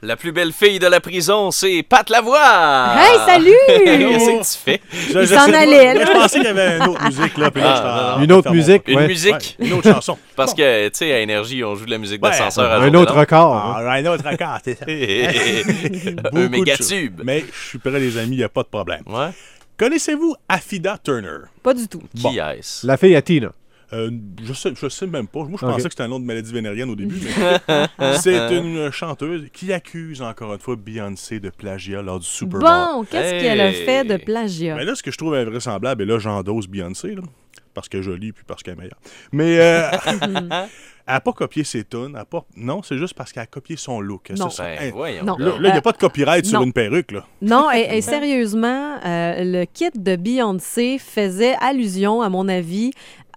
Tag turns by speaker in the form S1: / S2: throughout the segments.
S1: La plus belle fille de la prison, c'est Pat Lavoie!
S2: Hey, salut!
S1: Qu'est-ce que tu fais?
S2: Il s'en allait, là.
S3: Je pensais qu'il y avait une autre musique, là. puis là,
S1: Ah,
S3: j'étais
S1: non,
S3: en- en
S1: non.
S3: train
S4: Une
S3: de
S4: autre
S3: faire mon-
S4: musique.
S1: Une
S4: ouais.
S1: musique?
S3: Ouais, une autre chanson.
S1: Parce
S3: Bon.
S1: que, tu sais, à Énergie, on joue de la musique
S3: Ouais,
S1: d'ascenseur à
S4: Un autre record. hein.
S3: Ah, un autre record, c'est ça. Beaucoup
S1: Un
S3: de
S1: méga
S3: choses.
S1: tube.
S3: Mais je suis prêt, les amis, il n'y a pas de problème.
S1: Ouais.
S3: Connaissez-vous Afida Turner?
S2: Pas du tout.
S1: Qui
S3: Bon.
S1: est-ce? Ben,
S4: La fille à Tina.
S3: Euh, je sais, je sais même pas. Moi, je
S4: Ok.
S3: pensais que c'était un nom de maladie vénérienne au début. mais c'est une chanteuse qui accuse encore une fois Beyoncé de plagiat lors du Super Bowl.
S2: Bon, qu'est-ce qu'elle a
S1: Hey.
S2: fait de plagiat?
S3: Mais Ben, là, ce que je trouve invraisemblable, et là, j'endosse Beyoncé, là, parce qu'elle est jolie puis parce qu'elle est meilleure. Mais euh, elle n'a pas copié ses tunes. elle a pas... Non, c'est juste parce qu'elle a copié son look.
S2: Non.
S3: C'est ça.
S1: Ben,
S3: Hey,
S1: voyons.
S2: Non.
S3: Là,
S1: donc.
S3: il n'y a pas de copyright sur
S2: non.
S3: une perruque. Là.
S2: Non, et, et sérieusement, euh, le kit de Beyoncé faisait allusion, à mon avis,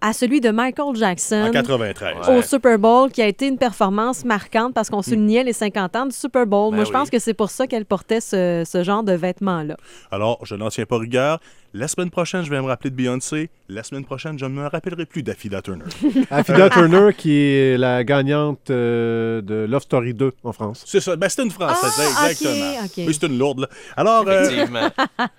S2: à celui de Michael Jackson.
S3: En 93.
S1: Ouais.
S2: Au Super Bowl, qui a été une performance marquante parce
S3: Hmm.
S2: qu'on soulignait les 50 ans du Super Bowl.
S1: Ben
S2: Moi, je
S1: oui.
S2: pense que c'est pour ça qu'elle portait ce, ce genre de vêtements-là.
S3: Alors, je n'en tiens pas rigueur. La semaine prochaine, je vais me rappeler de Beyoncé. La semaine prochaine, je ne me rappellerai plus d'Affida Turner.
S4: Afida Turner, qui est la gagnante euh, de Love Story 2 en France.
S3: C'est ça. Ben, c'est une française,
S2: Ah,
S3: exactement.
S2: ok, ok.
S3: Oui, c'est une lourde. là. Alors, euh,
S1: Effectivement.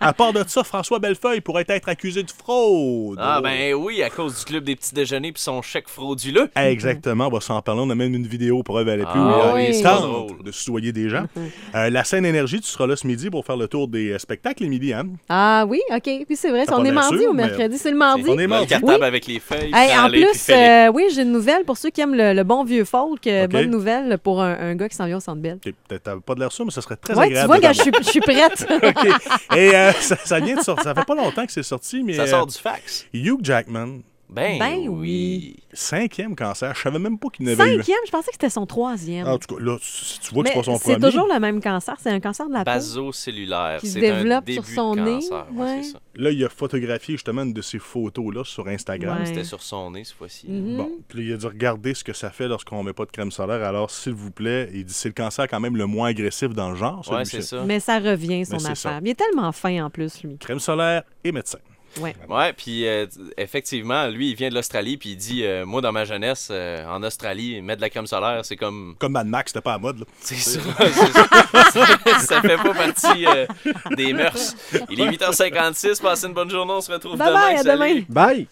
S3: à part de ça, François Bellefeuille pourrait être accusé de fraude.
S1: Ah ben oui, à cause du club des petits déjeuners puis son chèque frauduleux.
S3: Exactement, on va s'en parler. On a même une vidéo pour avaler plus.
S1: Ah
S3: où
S2: Mm-hmm. oui,
S3: il
S2: c'est Mm-hmm.
S3: tente
S1: pas drôle.
S3: de soudoyer des gens. Euh, la scène énergie, tu seras là ce midi pour faire le tour des euh, spectacles, Émilie. Hein?
S2: Ah oui, OK. Puis c'est vrai,
S3: Ça
S2: on
S3: pas
S2: est
S3: bien
S2: mardi
S3: sûr,
S2: ou
S3: mais-
S2: mercredi? C'est le mardi.
S3: On est
S1: Dans
S3: mardi.
S1: le cartable
S2: Oui.
S1: avec les feuilles.
S2: Hey,
S1: sans
S2: en
S1: les
S2: plus,
S1: préférés.
S2: euh, oui, j'ai une nouvelle pour ceux qui aiment le, le bon vieux folk. euh,
S3: OK.
S2: Bonne nouvelle pour un, un gars qui s'en vient au Centre Bell.
S3: T'es- t'as- T'as pas de l'air sûr, mais ça serait très
S2: Oui, tu
S3: agréable.
S2: vois, gars,
S3: de
S2: je suis- je suis prête.
S3: t'avoir. OK. Et euh, ça, ça vient de sortir. Ça fait pas longtemps que c'est sorti, mais
S1: ça sort
S3: euh,
S1: du fax.
S3: Hugh Jackman,
S1: Ben,
S2: Ben
S1: oui.
S3: cinquième cancer. Je savais même pas qu'il n'avait eu.
S2: Cinquième, je pensais que c'était son troisième.
S3: En tout cas, là, Ah, tu tu vois que
S2: Mais
S3: c'est pas son
S2: c'est
S3: premier.
S2: toujours le même cancer, c'est un cancer de la peau.
S1: Basocellulaire.
S2: Qui se
S1: C'est un
S2: développe
S1: début
S2: sur son
S1: de
S2: nez,
S1: cancer. Ouais,
S2: ouais.
S1: c'est ça.
S3: Là, il a photographié justement une de ces photos-là sur Instagram.
S2: Ouais.
S1: Ah, C'était sur son nez, cette fois-ci.
S2: Mhm.
S3: Bon, puis il a dit regardez ce que ça fait lorsqu'on met pas de crème solaire. Alors, s'il vous plaît, il dit c'est le cancer quand même le moins agressif dans le genre.
S1: Ouais,
S3: celui-ci.
S1: c'est ça.
S2: Mais ça revient, son
S3: Mais c'est ça.
S2: affaire. Il est tellement fin en plus, lui.
S3: Crème solaire et médecin.
S2: Ouais.
S1: Ouais, puis euh, effectivement, lui, il vient de l'Australie, puis il dit euh, Moi, dans ma jeunesse, euh, en Australie, mettre de la crème solaire, c'est comme.
S3: Comme Mad Max, c'était pas à mode. là.
S1: C'est ça. c'est ça. ça fait pas partie euh, des mœurs. Il est 8h56. Passez une bonne journée. On se retrouve
S2: Bye
S1: demain.
S2: bye, à
S1: Salut.
S2: demain.
S4: Bye!